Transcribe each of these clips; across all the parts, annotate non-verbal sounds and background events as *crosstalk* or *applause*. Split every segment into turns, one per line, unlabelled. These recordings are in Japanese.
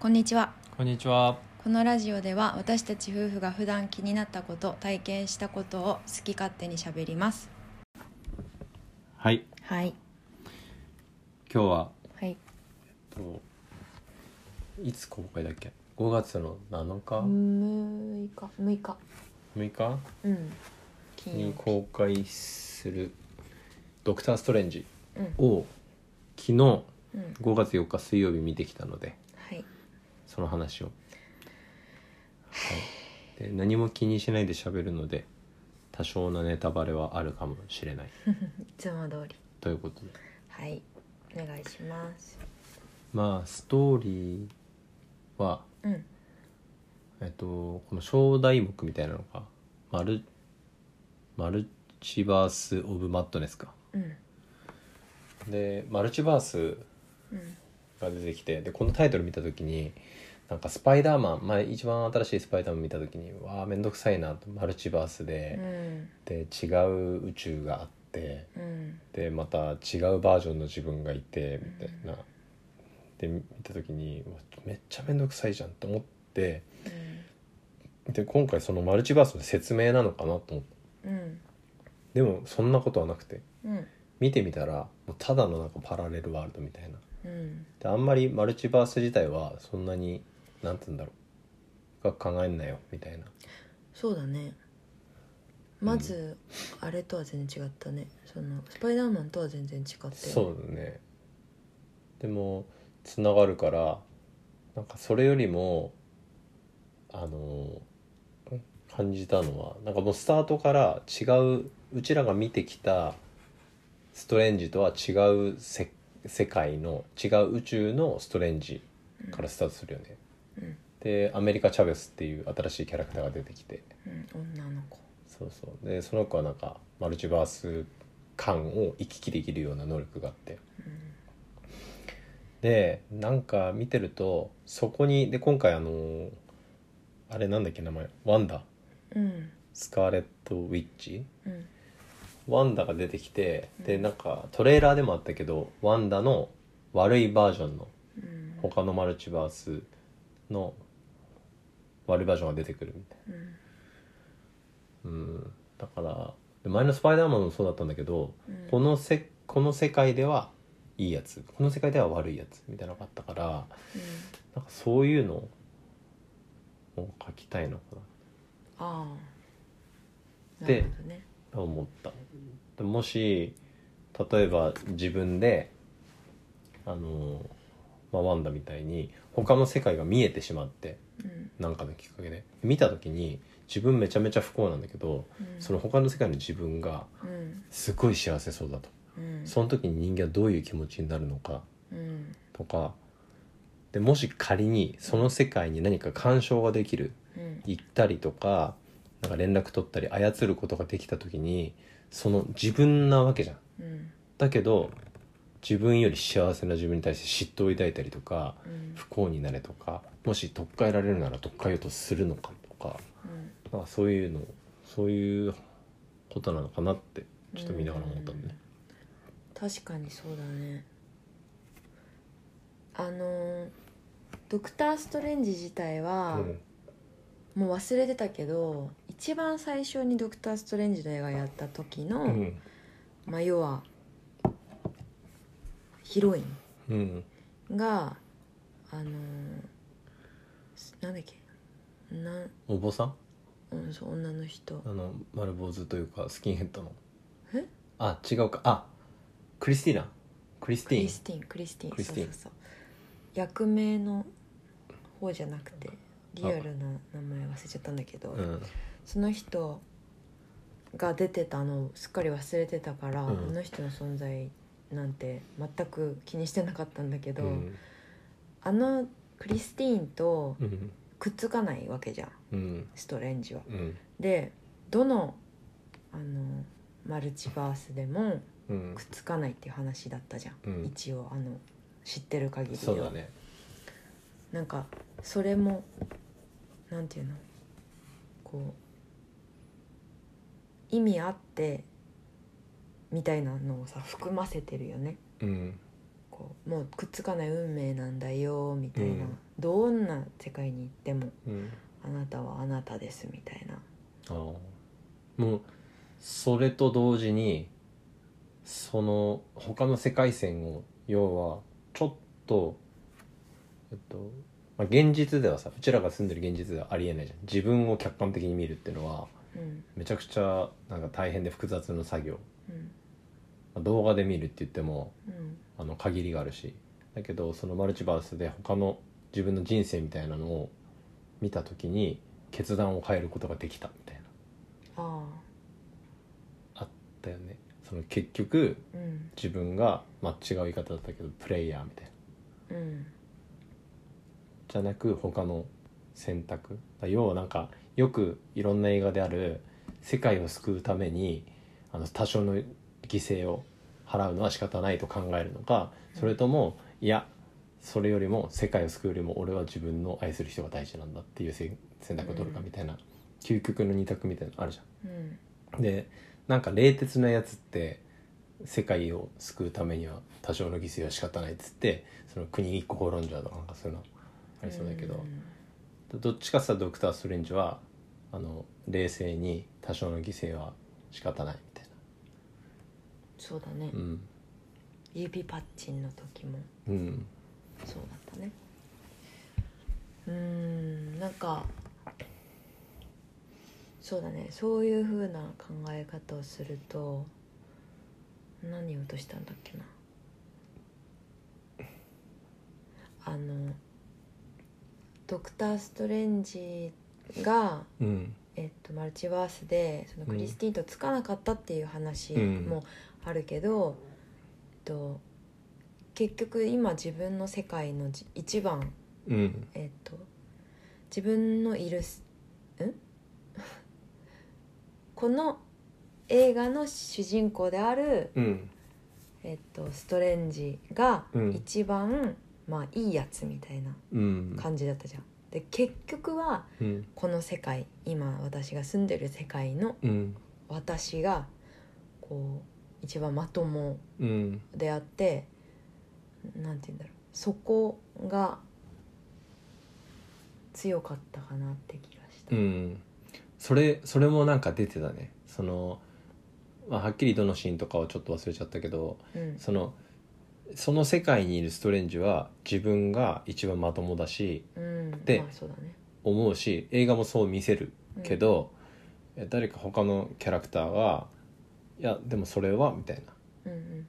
こんにちは
こんにちは。
このラジオでは私たち夫婦が普段気になったこと体験したことを好き勝手にしゃべります
はい、
はい
今日は、
はい
えっといつ公開だっけ？5月の7日、
6日6日
6日
うん金曜
に公開するドクターストレンジ
うん
を昨日5
うん
月4日水曜日見てきたので、
はい
その話を。はい。で何も気にしないで喋るので、多少のネタバレはあるかもしれない
いつも通り
ということで。
はいお願いします
まあストーリーは
うん
えっと、この小題目みたいなのがマルマルチバース・オブ・マットネスか
うん
でマルチバース
うん
が出てきてでこのタイトル見た時になんかスパイダーマン前一番新しいスパイダーマン見た時にわあ面倒くさいなとマルチバース
う
で、
ん
で違う宇宙があって
うん
でまた違うバージョンの自分がいてみたいな、で見た時にうわめっちゃ面倒くさいじゃんと思ってで今回そのマルチバースの説明なのかなと思って。
うん
でもそんなことはなくて
うん
見てみたらもうただのなんかパラレルワールドみたいな
うん
であんまりマルチバース自体はそんなになんて言うんだろう深く考えんなよみたいな
そうだねまず、あれとは全然違ったねそのスパイダーマンとは全然違ったよ
そうだねでもつながるからなんかそれよりもあの感じたのはなんかもうスタートから違ううちらが見てきたストレンジとは違うせ世界の違う宇宙のストレンジからスタートするよね、
うん
でアメリカ・チャベスっていう新しいキャラクターが出てきて
うん、女の子
そうそうでその子はなんかマルチバース感を行き来できるような能力があってでなんか見てるとそこにで今回あのーあれなんだっけ名前ワンダ
うん
スカーレット・ウィッチ
うん
ワンダが出てきてで
うん
なんかトレーラーでもあったけどワンダの悪いバージョンの
うん
他のマルチバースの悪いバージョンが出てくるみたい
うん
なうんだからで前のスパイダーマンもそうだったんだけど、
うん
このせこの世界ではいいやつこの世界では悪いやつみたいなのがあったから
うん
なんかそういうのを書きたいのか
ああな
で
るほどね
なと思ったでもし例えば自分であの、まあ、ワンダみたいに他の世界が見えてしまって
うん
なんかのきっかけで見た時に自分めちゃめちゃ不幸なんだけど
うん
その他の世界の自分が
うん
すごい幸せそうだと
うん
その時に人間はどういう気持ちになるのか
うん
とかでもし仮にその世界に何か干渉ができる
うん
行ったりとかなんか連絡取ったり操ることができた時にその自分なわけじゃん
うん
だけど自分より幸せな自分に対して嫉妬を抱いたりとか
うん
不幸になれとかもし取っ換えられるなら取っ換えようとするのかとか
うん
なんかそういうのそういうことなのかなってちょっと見ながら思ったんだね。
確かにそうだねあのードクター・ストレンジ自体は、もう忘れてたけど一番最初に「ドクター・ストレンジ」の映画やった時の、
うん
まあ要はヒロイ
うん
ンがあのーすなんだっけなん、
お坊さん
うん、そう女の人
あの丸坊主というかスキンヘッドの
え
あ違うかあクリスティーナクリス
ク
ティ
リ
ー
スティンクリスティン
クリスティン
そうそうそう役名の方じゃなくてリアルな名前忘れちゃったんだけど、
ンうん
その人が出てたのをすっかり忘れてたから、
うん
この人の存在なんて全く気にしてなかったんだけど、
うん
あのクリスティーンと
うん
くっつかないわけじゃん
うん
ストレンジは。
うん
でどのあのマルチバースでも
うん
くっつかないっていう話だったじゃん、
うん
一応あの知ってる限りで
そ
は
うだね
なんかそれもなんていうのこう意味あってみたいなのをさ含ませてるよね
うん
こうもうくっつかない運命なんだよみたいな、
うん
どんな世界に行っても
うん
あなたはあなたですみたいな
ああもうそれと同時にその他の世界線を要はちょっとえっと、まあ、現実ではさうちらが住んでる現実ではありえないじゃん自分を客観的に見るっていうのは
うん
めちゃくちゃなんか大変で複雑な作業、
うん
まあ動画で見るって言っても
うん
あの限りがあるしだけどそのマルチバースで他の自分の人生みたいなのを見た時に決断を変えることができたみたいな
あ
あったよねその結局
あうん
自分が、まあ、違う言い方だったけどプレイヤーみたいな
うん
じゃなく他の選択だ要はなんかよくいろんな映画である世界を救うためにあの多少の犠牲を払うのは仕方ないと考えるのかそれともいやそれよりも世界を救うよりも俺は自分の愛する人が大事なんだっていうせ選択を取るかみたいな、究極の二択みたいなのあるじゃん。
うん
でなんか冷徹なやつって世界を救うためには多少の犠牲は仕方ないっつってその国一個滅んじゃうとかなんかそういうのありそうだけど、どっちかさドクター・ストレンジはあの冷静に多少の犠牲は仕方ないみたい
そうだね、
なうん
指パッチンの時も
うん
そうだったねうーんなんかそうだねそういう風な考え方をすると何言おうとしたんだっけなあのドクター・ストレンジが、
うん
えっと、マルチバースでそのクリスティーンとつかなかったっていう話
うん
もあるけど、えっと、結局今自分の世界のじ一番、
うん
えっと、自分のいるすん *laughs* この映画の主人公である、
うん
えっと、ストレンジが
うん
一番、まあ、いいやつみたいな
うん
感じだったじゃん。で結局は
うん
この世界今私が住んでる世界の
うん
私がこう一番まとも
うん
であってなんて言うんだろうそこが強かったかなって気がした。
うんそれそれもなんか出てたねその、まあ、はっきりどのシーンとかはちょっと忘れちゃったけど
うん
そのその世界にいるストレンジは自分が一番まともだし
うん、
で
まあそうだね。
思うし映画もそう見せる
うん
け、ど、え誰か他のキャラクターが「いやでもそれは」みたいなだか
うんうん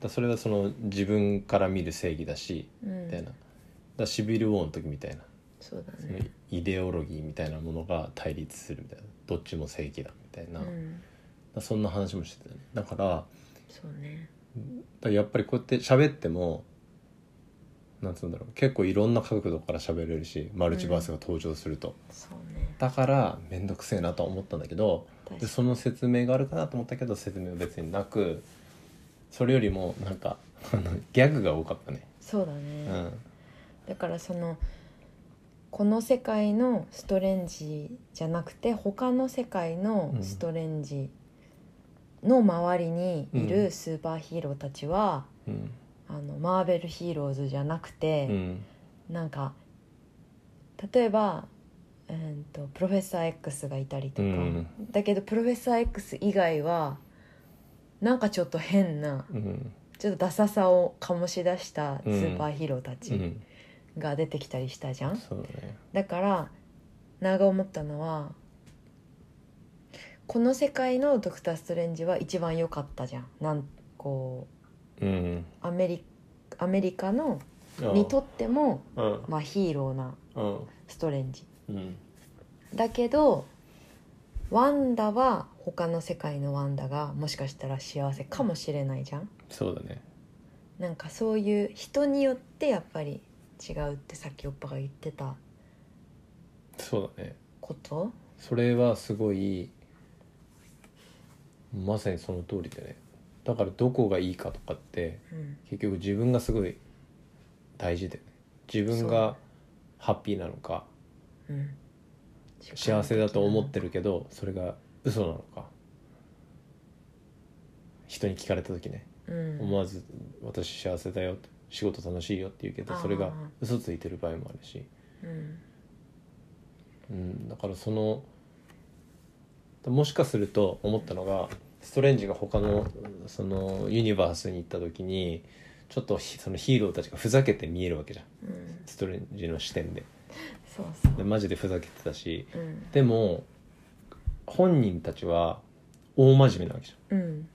らそれはその自分から見る正義だし
うん、
みたいなだからシビル・ウォーの時みたいな、
そうだ
その
ね。
イデオロギーみたいなものが対立するみたいなどっちも正義だみたいな、
う
だか
ん、
らそんな話もしてたよねだから
そうね。
だからやっぱりこうやって喋ってもなんつうんだろう結構いろんな角度から喋れるしマルチバースが登場すると、
そうね。
だから面倒くせえなとは思ったんだけど
確か
で
に
その説明があるかなと思ったけど説明は別になくそれよりもなんか *laughs* あのギャグが多かったね
そうだね。
うん
だからそのこの世界のストレンジじゃなくて他の世界のストレンジの周りにいるスーパーヒーローたちは、
うん
あのマーベルヒーローズじゃなく
う
て、
ん
なんか例えば、うん、とプロフェッサー X がいたりとか、
うん
だけどプロフェッサー X 以外はなんかちょっと変な
うん
ちょっとダサさを醸し出したスーパーヒーローた
う
ち
ん
が出てきたりしたじゃん
そうだね
だから長思ったのはこの世界のドクター・ストレンジは一番良かったじゃんなんこ
うん
うアメリアメリカの
あ
にとっても、
うん
まあ、ヒーローな
うん
ストレンジ
うん
だけどワンダは他の世界のワンダがもしかしたら幸せかもしれないじゃん
そうだね
なんかそういう人によってやっぱり違うってさっきおっぱが言ってた
そうだね
こと
それはすごいまさにその通りでねだからどこがいいかとかって
うん
結局自分がすごい大事で、ね、自分がハッピーなのか
うん
幸せだと思ってるけどそれが嘘なのか人に聞かれた時ね
うん
思わず「私幸せだよ」って仕事楽しいよって言うけど
あー
それが嘘ついてる場合もあるし、
うん
うん、だからそのもしかすると思ったのがストレンジが他のそのユニバースに行った時にちょっとひそのヒーローたちがふざけて見えるわけじゃん
うん
ストレンジの視点で
そうそ
で
う
マジでふざけてたし
うん
でも本人たちは大真面目なわけじゃん
うん
だか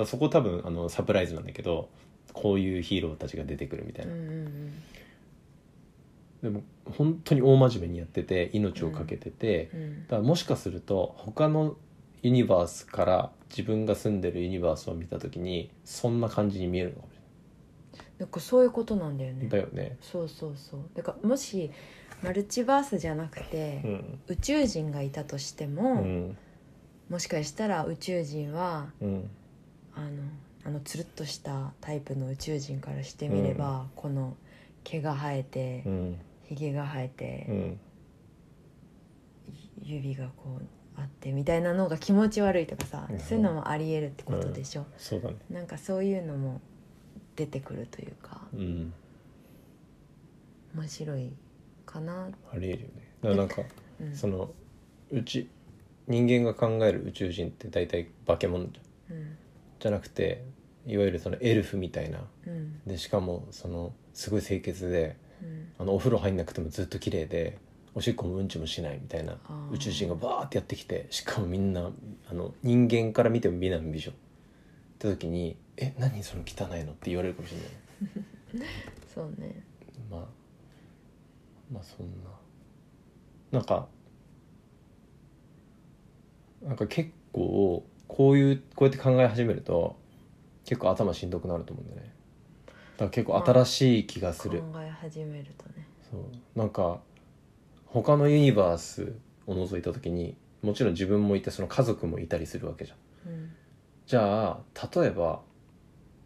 らそこ多分あのサプライズなんだけどこういうヒーローたちが出てくるみた
う
い
んう
な、
ん
でも本当に大真面目にやってて命をかけてて、
うん
だからもしかすると他のユニバースから自分が住んでるユニバースを見た時にそんな感じに見えるのかもし
なんかそういうことなんだよ
れ
ね
ないだよね
そうそうそうだからもしマルチバースじゃなくて、
うん
宇宙人がいたとして
う
も、
ん
もしかしたら宇宙人は
うん
あのあのつるっとしたタイプの宇宙人からしてみれば、この毛が生えて
うん
ひげ、が生えて、
うん
指がこうあってみたいなのが気持ち悪いとかさ、
うん
そういうのもありえるってことでしょ、
そうだね
なんかそういうのも出てくるというか
うん
面白いかな、
ありえるよねだからなんか
うん、
そのうち人間が考える宇宙人って大体化け物じゃん
うん
じゃなくていわゆるそのエルフみたいな
うん
でしかもそのすごい清潔で
うん
あのお風呂入んなくてもずっと綺麗でおしっこもうんちもしないみたいな
あー
宇宙人がバーってやってきてしかもみんなあの人間から見ても美男美女って時に「え何その汚いの?」って言われるかもしれない、
そうね
まあ、まあそんななんかなんか結構こういうこうやって考え始めると結構頭しんどくなると思うんだよねだから結構新しい気がす
考
る、
え始めるとね
そうなんか他のユニバースを覗いた時にもちろん自分もいてその家族もいたりするわけじゃん
うん
じゃあ例えば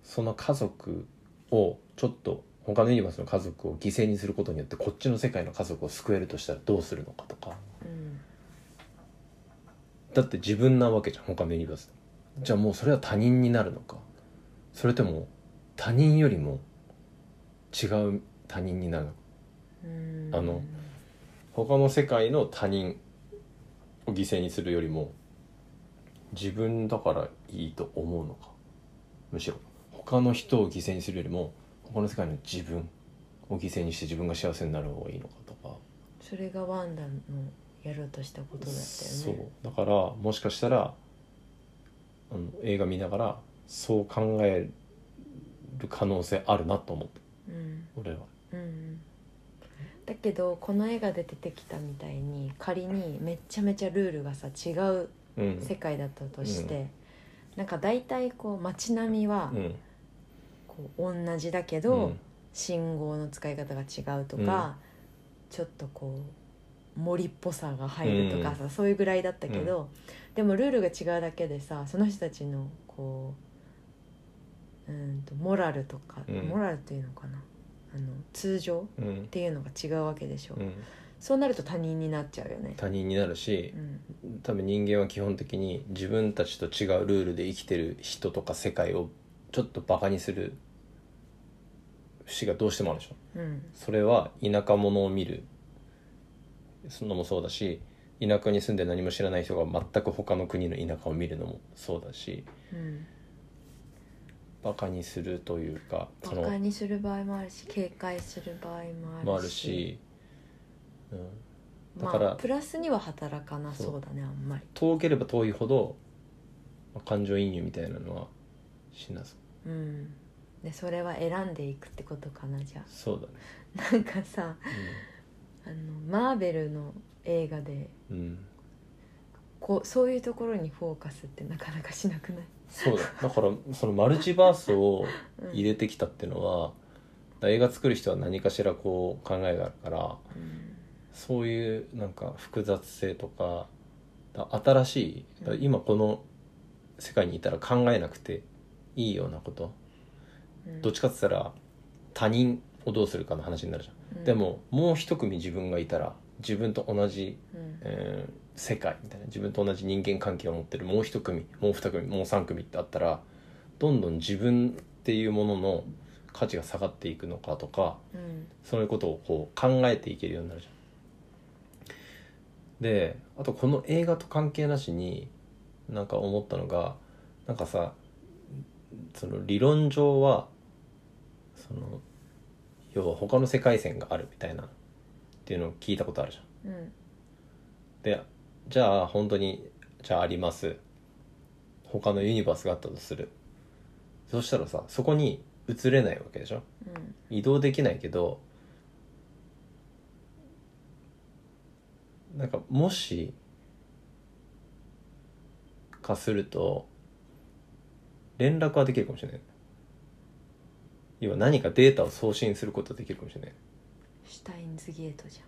その家族をちょっと他のユニバースの家族を犠牲にすることによってこっちの世界の家族を救えるとしたらどうするのかとか
うん
だって自分なわけじゃん他のユニバースじゃあもうそれは他人になるのかそれとも他人よりも違う他人になるのか
うん
あの他の世界の他人を犠牲にするよりも自分だからいいと思うのかむしろ他の人を犠牲にするよりも他の世界の自分を犠牲にして自分が幸せになる方がいいのかとか
それがワンダのやろうとしたことだった
そ
よ
う
ね
だからもしかしたらあの映画見ながらそう考える可能性あるなと思った
うん
俺は。
うんうんだけどこの映画で出てきたみたいに仮にめちゃめちゃルールがさ違う
うん
世界だったとして、なんか大体こう街並みは
うん
こう同じだけ
う
ど、
ん
信号の使い方が違うとか、ちょっとこう森っぽさが入るとかさ、そういうぐらいだったけど、でもルールが違うだけでさその人たちのこううんとモラルとか、
うん
モラルっていうのかなあの通常っ
うん
ていうのが違うわけでしょ、
うん
そうなると他人になっちゃうよね。
他人になるし
うん
多分人間は基本的に自分たちと違うルールで生きてる人とか世界をちょっとバカにする節がどうしてもあるでしょ
うん
それは田舎者を見るそのもそうだし田舎に住んで何も知らない人が全く他の国の田舎を見るのもそうだし
うん、
バカにするというかそ
馬
の
鹿にする場合もあるし警戒する場合もあるし,、
もあるし、うん、だ
ま
から
あ、プラスには働かなそうだねあんまり。
遠ければ遠いほどまあ感情移入みたいなのはしなそう
うん、でそれは選んでいくってことかなじゃ
そうだね
あ *laughs* なんかさあのマーベルの映画で
うん、うん
こうそういうところにフォーカスってなかなかしなくない、
そうだだからそのマルチバースを
うん
入れてきたっていうのは、映画作る人は何かしらこう考えがあるから
うん
そういうなんか複雑性とかだ新しいだ今この世界にいたら考えなくていいようなこと
うん
どっちかって言ったら他人をどうするかの話になるじゃん、
うん
でももう一組自分がいたら自分と同じ、
うん
えー世界みたいな自分と同じ人間関係を持ってるもう一組もう二組もう三組ってあったらどんどん自分っていうものの価値が下がっていくのかとか
うん
そういうことをこう考えていけるようになるじゃん。であとこの映画と関係なしになんか思ったのがなんかさその理論上はその要は他の世界線があるみたいなっていうのを聞いたことあるじゃん。
うん
でじゃあ本当にじゃああります他のユニバースがあったとするそしたらさそこに移れないわけでしょ
うん
移動できないけどなんかもしかすると連絡はできるかもしれない要は何かデータを送信することはできるかもしれない
シュタインズゲートじゃ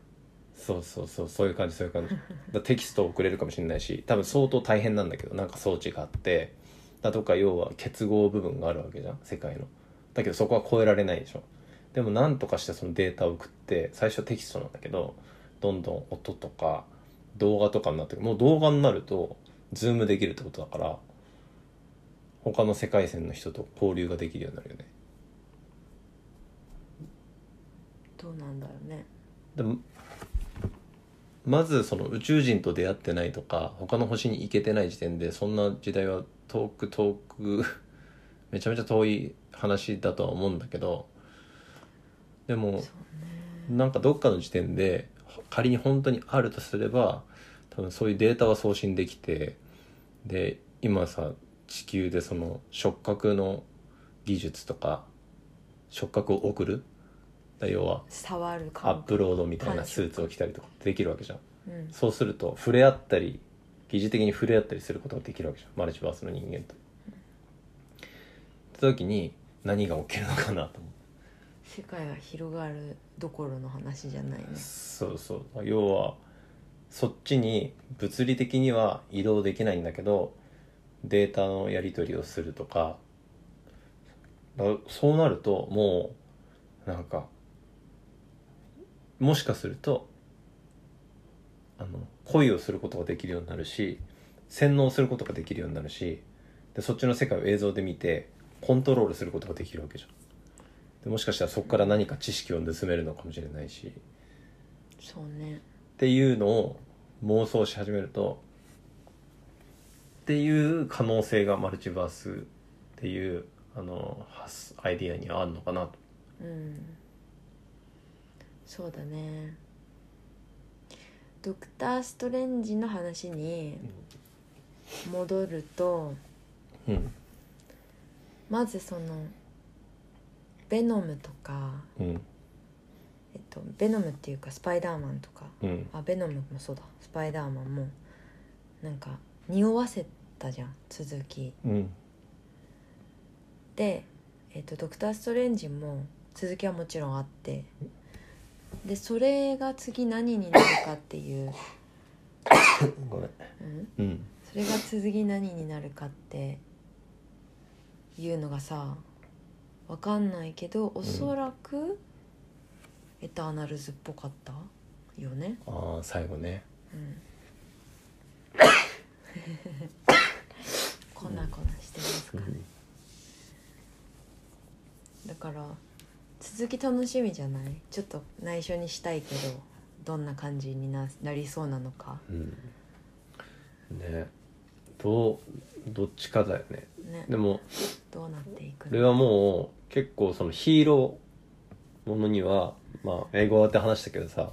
そうそうそうそういう感じそういう感じだからテキストを送れるかもしれないし多分相当大変なんだけどなんか装置があってだとか要は結合部分があるわけじゃん世界のだけどそこは超えられないでしょでもなんとかしてそのデータを送って最初はテキストなんだけどどんどん音とか動画とかになってくるもう動画になるとズームできるってことだから他の世界線の人と交流ができるようになるよね
んどうなんだろうね
でもまずその宇宙人と出会ってないとか他の星に行けてない時点でそんな時代は遠く遠く *laughs* めちゃめちゃ遠い話だとは思うんだけどでも
そうね
なんかどっかの時点で仮に本当にあるとすれば多分そういうデータは送信できてで今さ地球でその触覚の技術とか触覚を送るだ要は
触る
アッ
感
プロードみたいなスーツを着たりとかできるわけじゃん
うん
そうすると触れ合ったり疑似的に触れ合ったりすることができるわけじゃんマルチバースの人間と。って時に何が起きるのかなと思って
世界が広がるどころの話じゃないね
そうそう要はそっちに物理的には移動できないんだけどデータのやり取りをするとかだそうなるともうなんかもしかするとあの恋をすることができるようになるし洗脳することができるようになるしでそっちの世界を映像で見てコントロールすることができるわけじゃん。でもしかしたらそこから何か知識を盗めるのかもしれないし。
そうね
っていうのを妄想し始めるとっていう可能性がマルチバースっていうあの発アイディアにはあるのかなと
うんそうだねドクター・ストレンジの話に戻ると
うん
まずそのベノムとか、
うん
えっと、ベノムっていうかスパイダーマンとか
うん
あベノムもそうだスパイダーマンもなんか匂わせたじゃん続き
うん
で、えっと「ドクター・ストレンジ」も続きはもちろんあってでそれが次何になるかって
*laughs*
いう、
ごめん
うん、
うん
それが次何になるかっていうのがさわかんないけどおそらく、エターナルズっぽかったよね。
ああ最後ね
うんこなこなしてますから
うん
だから続き楽しみじゃないちょっと内緒にしたいけどどんな感じにななりそうなのか
うんねどうどっちかだよね
ね
でも
どうなっていく
これ
の
はもう結構そのヒーローものにはまあ英語って話したけどさ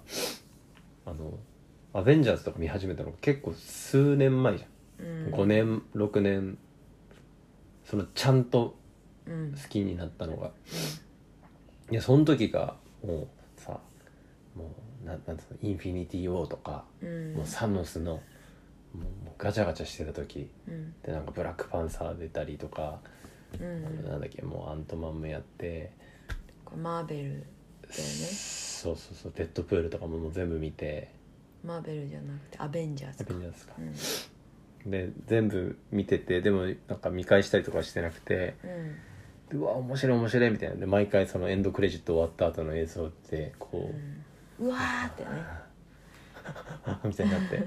あの「アベンジャーズ」とか見始めたのが結構数年前じ
うん
ゃん、5年6年そのちゃんと
うん
好きになったのがいやその時がもうさもうなんなんつうの「インフィニティ・ウォー」とか、
うん
もうサノスのもうもうガチャガチャしてた時
うん
でなんかブラックパンサー出たりとか、
うんうん
なんだっけもうアントマンもやって
これマーベルだよね
そうそうそうデッドプールとかももう全部見て
マーベルじゃなくてアベンジャーズか
いいんじゃないですか
うん
で全部見ててでもなんか見返したりとかしてなくて
うん
でうわ面白い面白いみたいなで毎回そのエンドクレジット終わった後の映像ってこ
うんうわーってね
う *laughs* みたいになって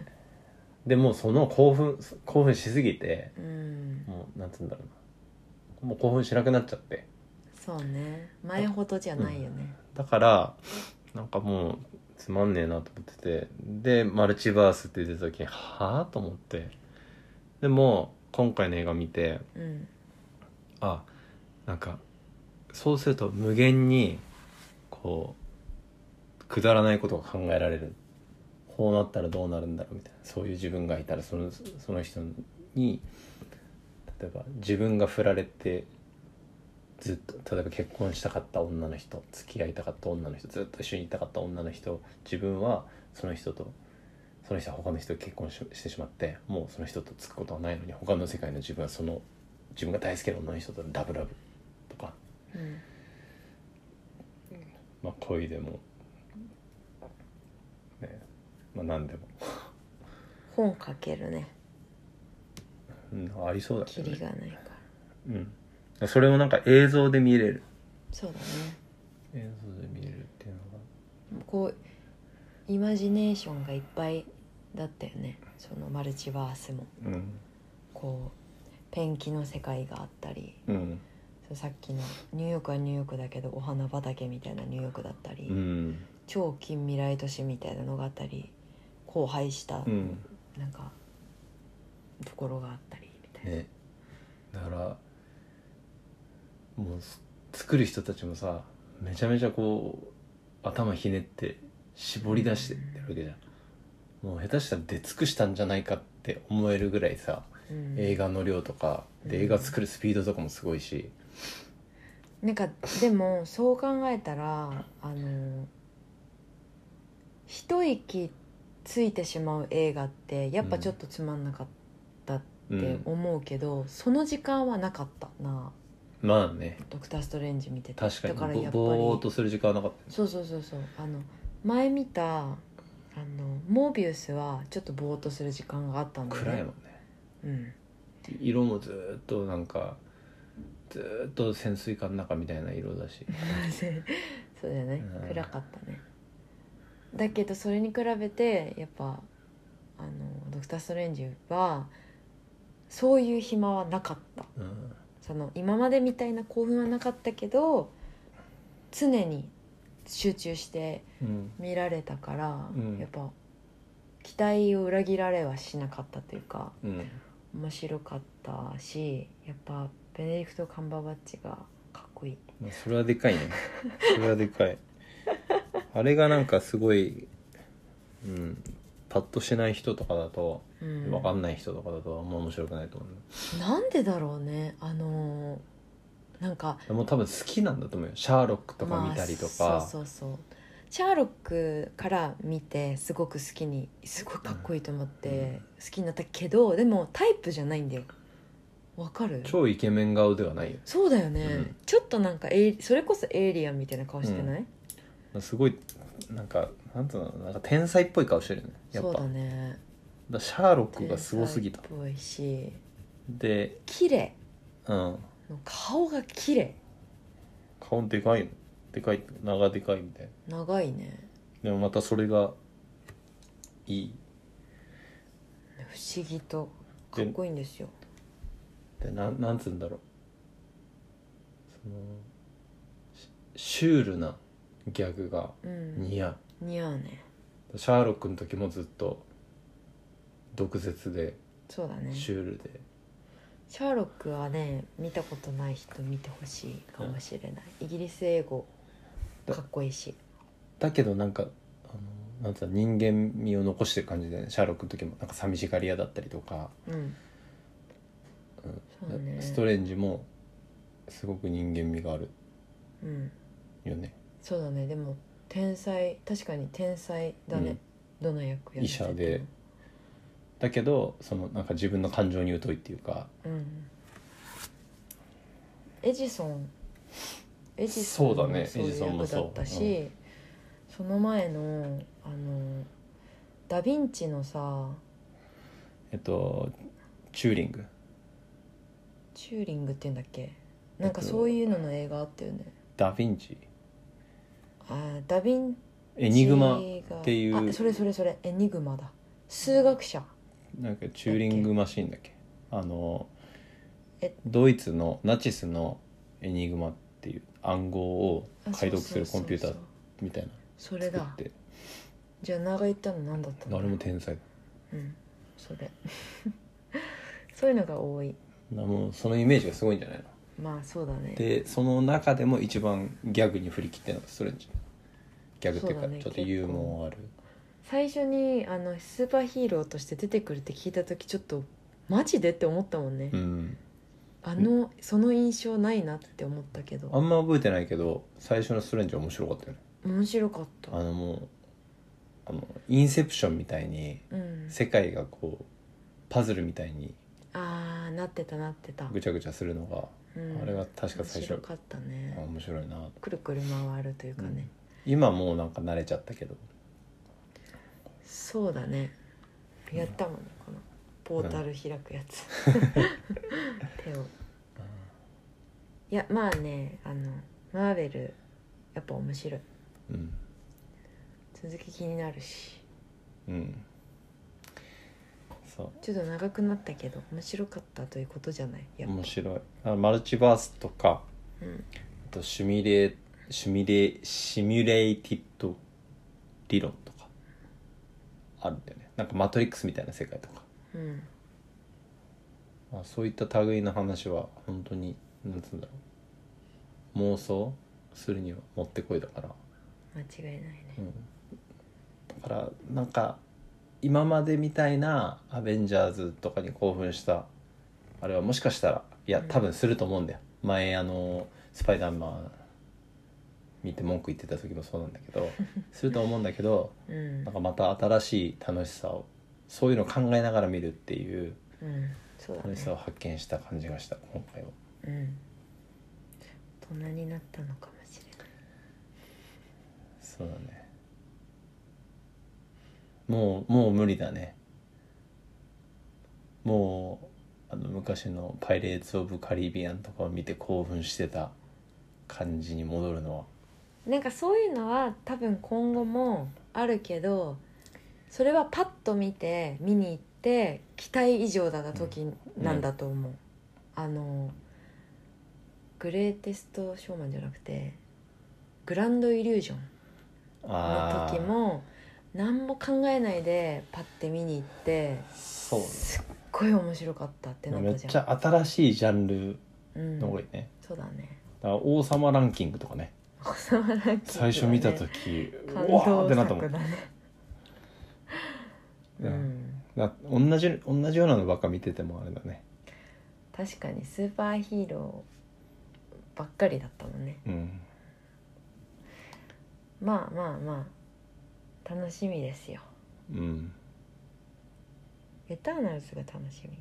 でもうその興奮興奮しすぎて
うん
もうなんつうんだろうなもう興奮しなくなっちゃって
そうね前ほどじゃないよね、
だからなんかもうつまんねえなと思っててでマルチバースって出た時にはあと思ってでも今回の映画見て
うん、
あなんかそうすると無限にこうくだらないことが考えられるこうなったらどうなるんだろうみたいなそういう自分がいたらそのその人に例えば自分が振られてずっと例えば結婚したかった女の人付き合いたかった女の人ずっと一緒にいたかった女の人自分はその人とその人は他の人と結婚ししてしまってもうその人とつくことはないのに他の世界の自分はその自分が大好きな女の人とラブラブとか、
うん、
まあ、恋でも、ねまあ、何でも、
本書けるね
うん、ありそうだ
キ
けど
リ
ね、
がないから
うん、それをなんか映像で見れる
そうだね
映像で見れるっていうのが
こうイマジネーションがいっぱいだったよねそのマルチバースも
うん
こうペンキの世界があったり
うん
そうさっきのニューヨークはニューヨークだけどお花畑みたいなニューヨークだったり、
うん
超近未来都市みたいなのがあったり荒廃した
うん
なんかところがあったりみたいな、
ねだからもうす作る人たちもさめちゃめちゃこう頭ひねって絞り出してってるわけじゃんもう下手したら出尽くしたんじゃないかって思えるぐらいさ
うん
映画の量とかで映画作るスピードとかもすごいし
なんかでもそう考えたらあの一息ついてしまう映画ってやっぱちょっとつまんなかったっ
う
て
ん
思うけど、その時間はなかったな
まあね
「ドクター・ストレンジ」見てて
確かに
だからやっぱり
ぼぼーっとする時間はなかっ
そうそうそうそうあの前見たあのモービウスはちょっとぼーっとする時間があったん
た
だよ
暗いもん
ね
ね
うん *laughs*
色もずーっとなんかずーっと潜水艦の中みたいな色だし
そうだよね
うん
暗かったねだけどそれに比べてやっぱあの「ドクター・ストレンジ」はそういう暇はなかった
うん
その今までみたいな興奮はなかったけど常に集中して
うん
見られたから、
うん
やっぱ期待を裏切られはしなかったというか
うん
面白かったしやっぱベネディクト・カンバーバッチがかっこいい
まあそれはでかいねそれはでかいあれがなんかすごい、うん、パッとしない人とかだと
うん
分かんない人とかだとあんま面白くないと思う、ね
なんでだろうねあのーなんか
でも多分好きなんだと思うよシャーロックとか見たりとか、
まあ、そうそうそうシャーロックから見てすごく好きにすごいかっこいいと思って好きになったけど、でもタイプじゃないんだよわかる
超イケメン顔ではないよ
そうだよね、
うん
ちょっとなんかエイそれこそエイリアンみたいな顔してない、
すごいなんかなんつうのなんか天才っぽい顔してるよねやっぱ
そうだね
だシャーロックがすごすぎた
天才っぽいし
で
綺麗
うん
顔が綺麗
顔でかいのでかい長でかいみたいな
長いね
でもまたそれがいい
不思議とかっこいいんですよ
でなんなんつうんだろうそのシシュールなギャグが
うん
似合う、
似合うね
シャーロックの時もずっと毒舌で
そうだね
シュールで、
シャーロックはね見たことない人見てほしいかもしれない、イギリス英語
だ
かっこいいし
だけどなんかあのなんつうの人間味を残してる感じで、ね、シャーロックの時もなんか寂しがり屋だったりとか、
うん
うん
そうね
ストレンジもすごく人間味がある
うん
よね
そうだねでも天才確かに天才だね、どの役やってても
医者でだけどそのなんか自分の感情に疎いっていうか
うんエジソンエジソ
そ
ン
うだね
そうい
エジソン
う
も
役
そう
だったしその前のあのダ・ヴィンチのさ
えっとチューリング
チューリングって言うんだっけなんかそういうのの映画あったよね
ダ・ヴィンチ
あーダ・ヴィン
エニグマっていう
あそれそれそれエニグマだ数学者
なんかチューリングマシンだっけあの
え
ドイツのナチスのエニグマっっていう暗号を
あ
解読する
そ
コ
う
ン
そうそうそ
ピュータ
う
ーみたいな
それ
作
だ
って
じゃあ長言ったの何だったの
あれも天才
うんそれ *laughs* そういうのが多い
なもうそのイメージがすごいんじゃないの
まあそうだね
でその中でも一番ギャグに振り切ってるのがストレンジギャグっていう
そ
か
うだね
ちょっとユーモアある、
最初にあのスーパーヒーローとして出てくるって聞いた時ちょっとマジでって思ったもんね、
うん
あのその印象ないなって思ったけ
あ
ど
んま覚えてないけど最初のストレンジは面白かったよね
面白かった
あのもうあのインセプションみたいに
うん
世界がこうパズルみたいに
ああなってたなってた、
ぐちゃぐちゃするのが
うん
あれが確か最初
面白かったね、
あ面白いなと
くるくる回るというかね、
今もうなんか慣れちゃったけど
そうだねやったもんねこのポータル開くやつ *laughs* 手をいやまあねあのマーベルやっぱ面白い
うん
続き気になるし
うんそ
ちょっと長くなったけど面白かったということじゃないや
う
っぱ
面白いあマルチバースとか
うん
あとシミュレシミュレシミュレイティッド理論とかあるんだよねなんかマトリックスみたいな世界とか、
うん
まあ、そういった類の話は本当になんつうんだろう妄想するにはもってこいだから
間違いないね
だからなんか今までみたいな「アベンジャーズ」とかに興奮したあれはもしかしたらいや
うん
多分すると思うんだよ、前あの「スパイダーマン」見て文句言ってた時もそうなんだけ
*laughs*
どすると思うんだけど
うん
なんかまた新しい楽しさをそういうのを考えながら見るっていう
うんそうだ
楽
ね
しさを発見した感じがした今回は
うん大人になったのかもしれない
そうだねもうもう無理だねもうあの昔の「パイレーツ・オブ・カリビアン」とかを見て興奮してた感じに戻るのは
なんかそういうのは多分今後もあるけどそれはパッと見て見に行って期待以上だった時なんだと思う、あのグレーテストショーマンじゃなくてグランドイリュージョンの
あ
時
あ
も何も考えないでパッて見に行って
そうね
すっごい面白かったってな
め
っ
った
じゃん
ちゃ新しいジャンル
うん、
の多いね、
そうだね
だから王様ランキングとかね
王様ランキングだね
最初見た時、う
感
わーっ
動
てなったも
作
ん、
だ
*laughs*
ねう
うん
ん
だ同じ同じようなのばっか見ててもあれだね
確かにスーパーヒーローばっかりだったもんね
うん
まあまあまあ楽しみですよ
うん
エターナルズが楽しみ
エ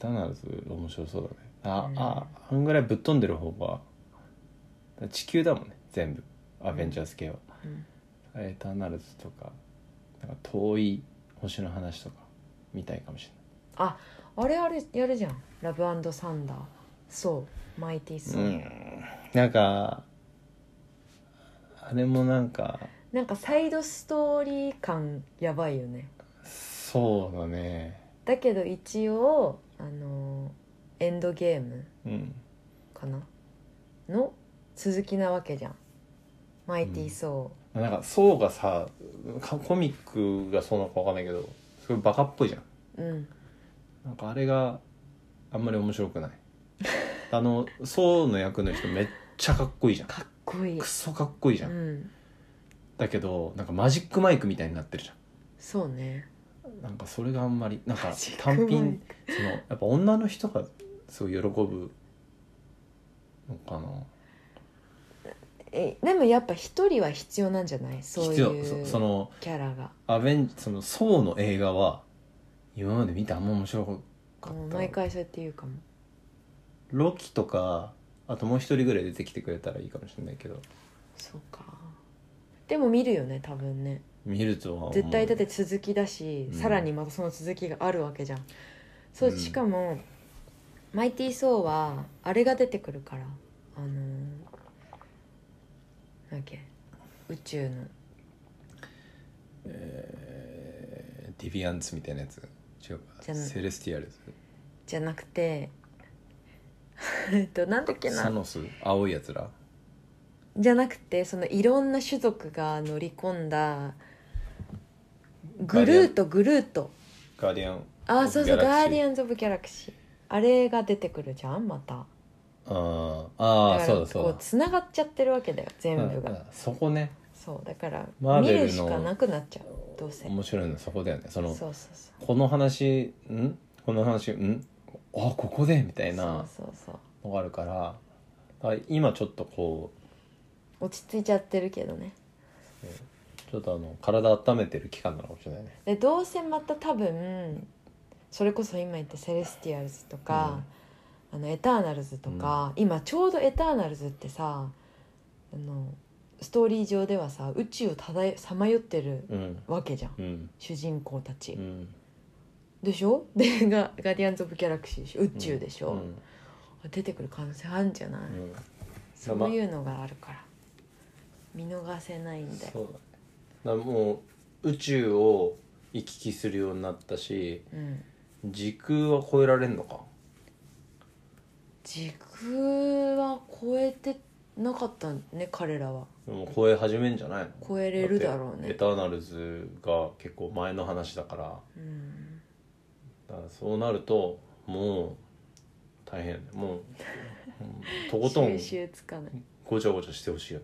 ターナルズ面白そうだねあ、
うん
ああんぐらいぶっ飛んでる方が地球だもんね全部アベンジャーズ系は、
うん
エターナルズとかなんか遠い星の話とか見たいかもし
あれあれやるじゃんラブサンダーそうマイティーソ
れ
ー、
ない、うん、なんかあれもなんか
なんかサイドストーリー感やばいよね
そうだね
だけど一応あのエンドゲーム
うん
かなの続きなわけじゃんマイティーソ
なんか層がさかコミックがそうなのかわかんないけどすごいバカっぽいじゃん
ーうん
なんかあれがあんまり面白くないあのソウの役の人めっちゃかっこいいじゃん
かっこいい
クソかっこいいじ
う
ゃん、
ん
だけどなんかマジックマイクみたいになってるじゃ
そうね
んなんかそれがあんまりなんか
マジックマイ
単
ク
品そのやっぱ女の人がすごい喜ぶのかな
えでもやっぱ一人は必要なんじゃないそう
必
い
要そうその
キャラが
アベンそのソウの映画は今まで見てあんま面白か
もう
っ
毎
た
回そうやって言うかも
ロキとかあともう一人ぐらい出てきてくれたらいいかもしれないけど
そうかでも見るよね多分ね
見るとは思う
絶対だって続きだし、
うん
さらにまたその続きがあるわけじゃんそう、
うん
しかもマイティー・ソーはあれが出てくるからあのーなんだっけ宇宙の
えーディビアンツみたいなやつ違う
じ
か
ゃない
セレスティアルズ
じゃなくて *laughs* えっとなんだっけ
サ
な
ノス青いやつら
じゃなくてそのいろんな種族が乗り込んだグルートグルート
ガーディアン
ああそうそう「ガーディ
ン
アンズ・オブ・ギャラクシー」あれが出てくるじゃんまた
あーあ
だ
ー
か
そ
ら
うだそう
こうつながっちゃってるわけだよ全
だ
部
うんうん
が
そこね
そうだから
マー
見
ベルの
るしかなくなっちゃうどうせ
面白いのはそこだよねそ
そう
の
そうそう
この話んこの話んあここでみたい
そ
な
うそうそう
のがあるからだから今ちょっとこ
落ち着いちゃってるけどね
うちょっとあの体温めてる期間なのかもしれないね
でどうせまた多分それこそ今言った「セレスティアルズ」とか「あのエターナルズ」とか、今ちょうど「エターナルズ」ってさあのストーリー上ではさ宇宙を漂さまよってる
うん
わけじゃん
うん
主人公たち、
うん
でしょでガガディアンズ・オブ・ギャラクシーでしょ宇宙でしょ、
うん
出てくる可能性あるんじゃない、
うん
そういうのがあるから見逃せないんだよ
そうだねだからもう宇宙を行き来するようになったし
うん、
時空は超えられんのか
時空は超えてなかったね彼らは
でも超え始めんじゃないの
超えれるだろう
ってエ
ね
ターナルズが結構前の話だから
うん
だからそうなるともう大変もううんとことん
収集つかない、
ごちゃごちゃしてほしいよ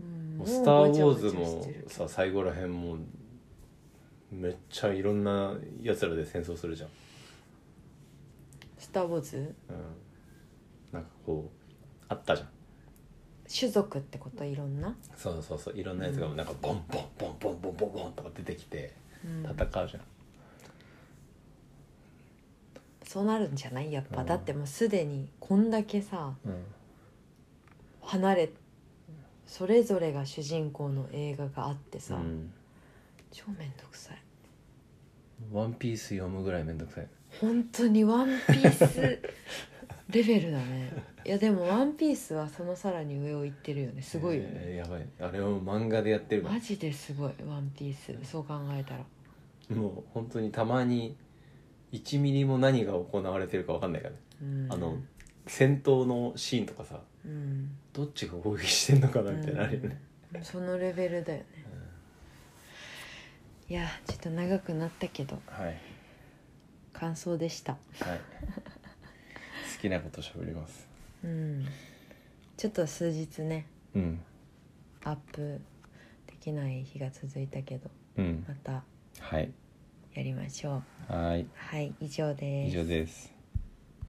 うん
もうスター・ウォーズ
もうごちゃごちゃ
も
してるけど
さ最後らへんもうめっちゃいろんなやつらで戦争するじゃん、
スター・ウォーズ
うん、なんかこうあったじゃん
種族ってこといろんな、
そうそうそういろんなやつがなんかボンボンボンボンボンボンボンとか出てきて
うん
戦うじゃん、
そうなるんじゃないやっぱ、
うん
だってもうすでにこんだけさ
うん
離れそれぞれが主人公の映画があってさ、
うん
超めんどくさい
ワンピース読むぐらいめんどくさい
本当に「ワンピースレベルだねいやでも「ワンピースはそのさらに上を行ってるよねすごいよね、
えーやばいあれを漫画でやってるから
マジですごい「ワンピースそう考えたら
もう本当にたまに1ミリも何が行われてるか分かんないからね、
うん
あの戦闘のシーンとかさ
うん
どっちが攻撃してんのかなみたいなのあるよね、
うんそのレベルだよね、いやちょっと長くなったけど
はいはい
感想でした
好きなこと喋ります
うんちょっと数日ね
うん
アップできない日が続いたけど
うん
また
はい
やりましょう
はい
はい以上です
以上です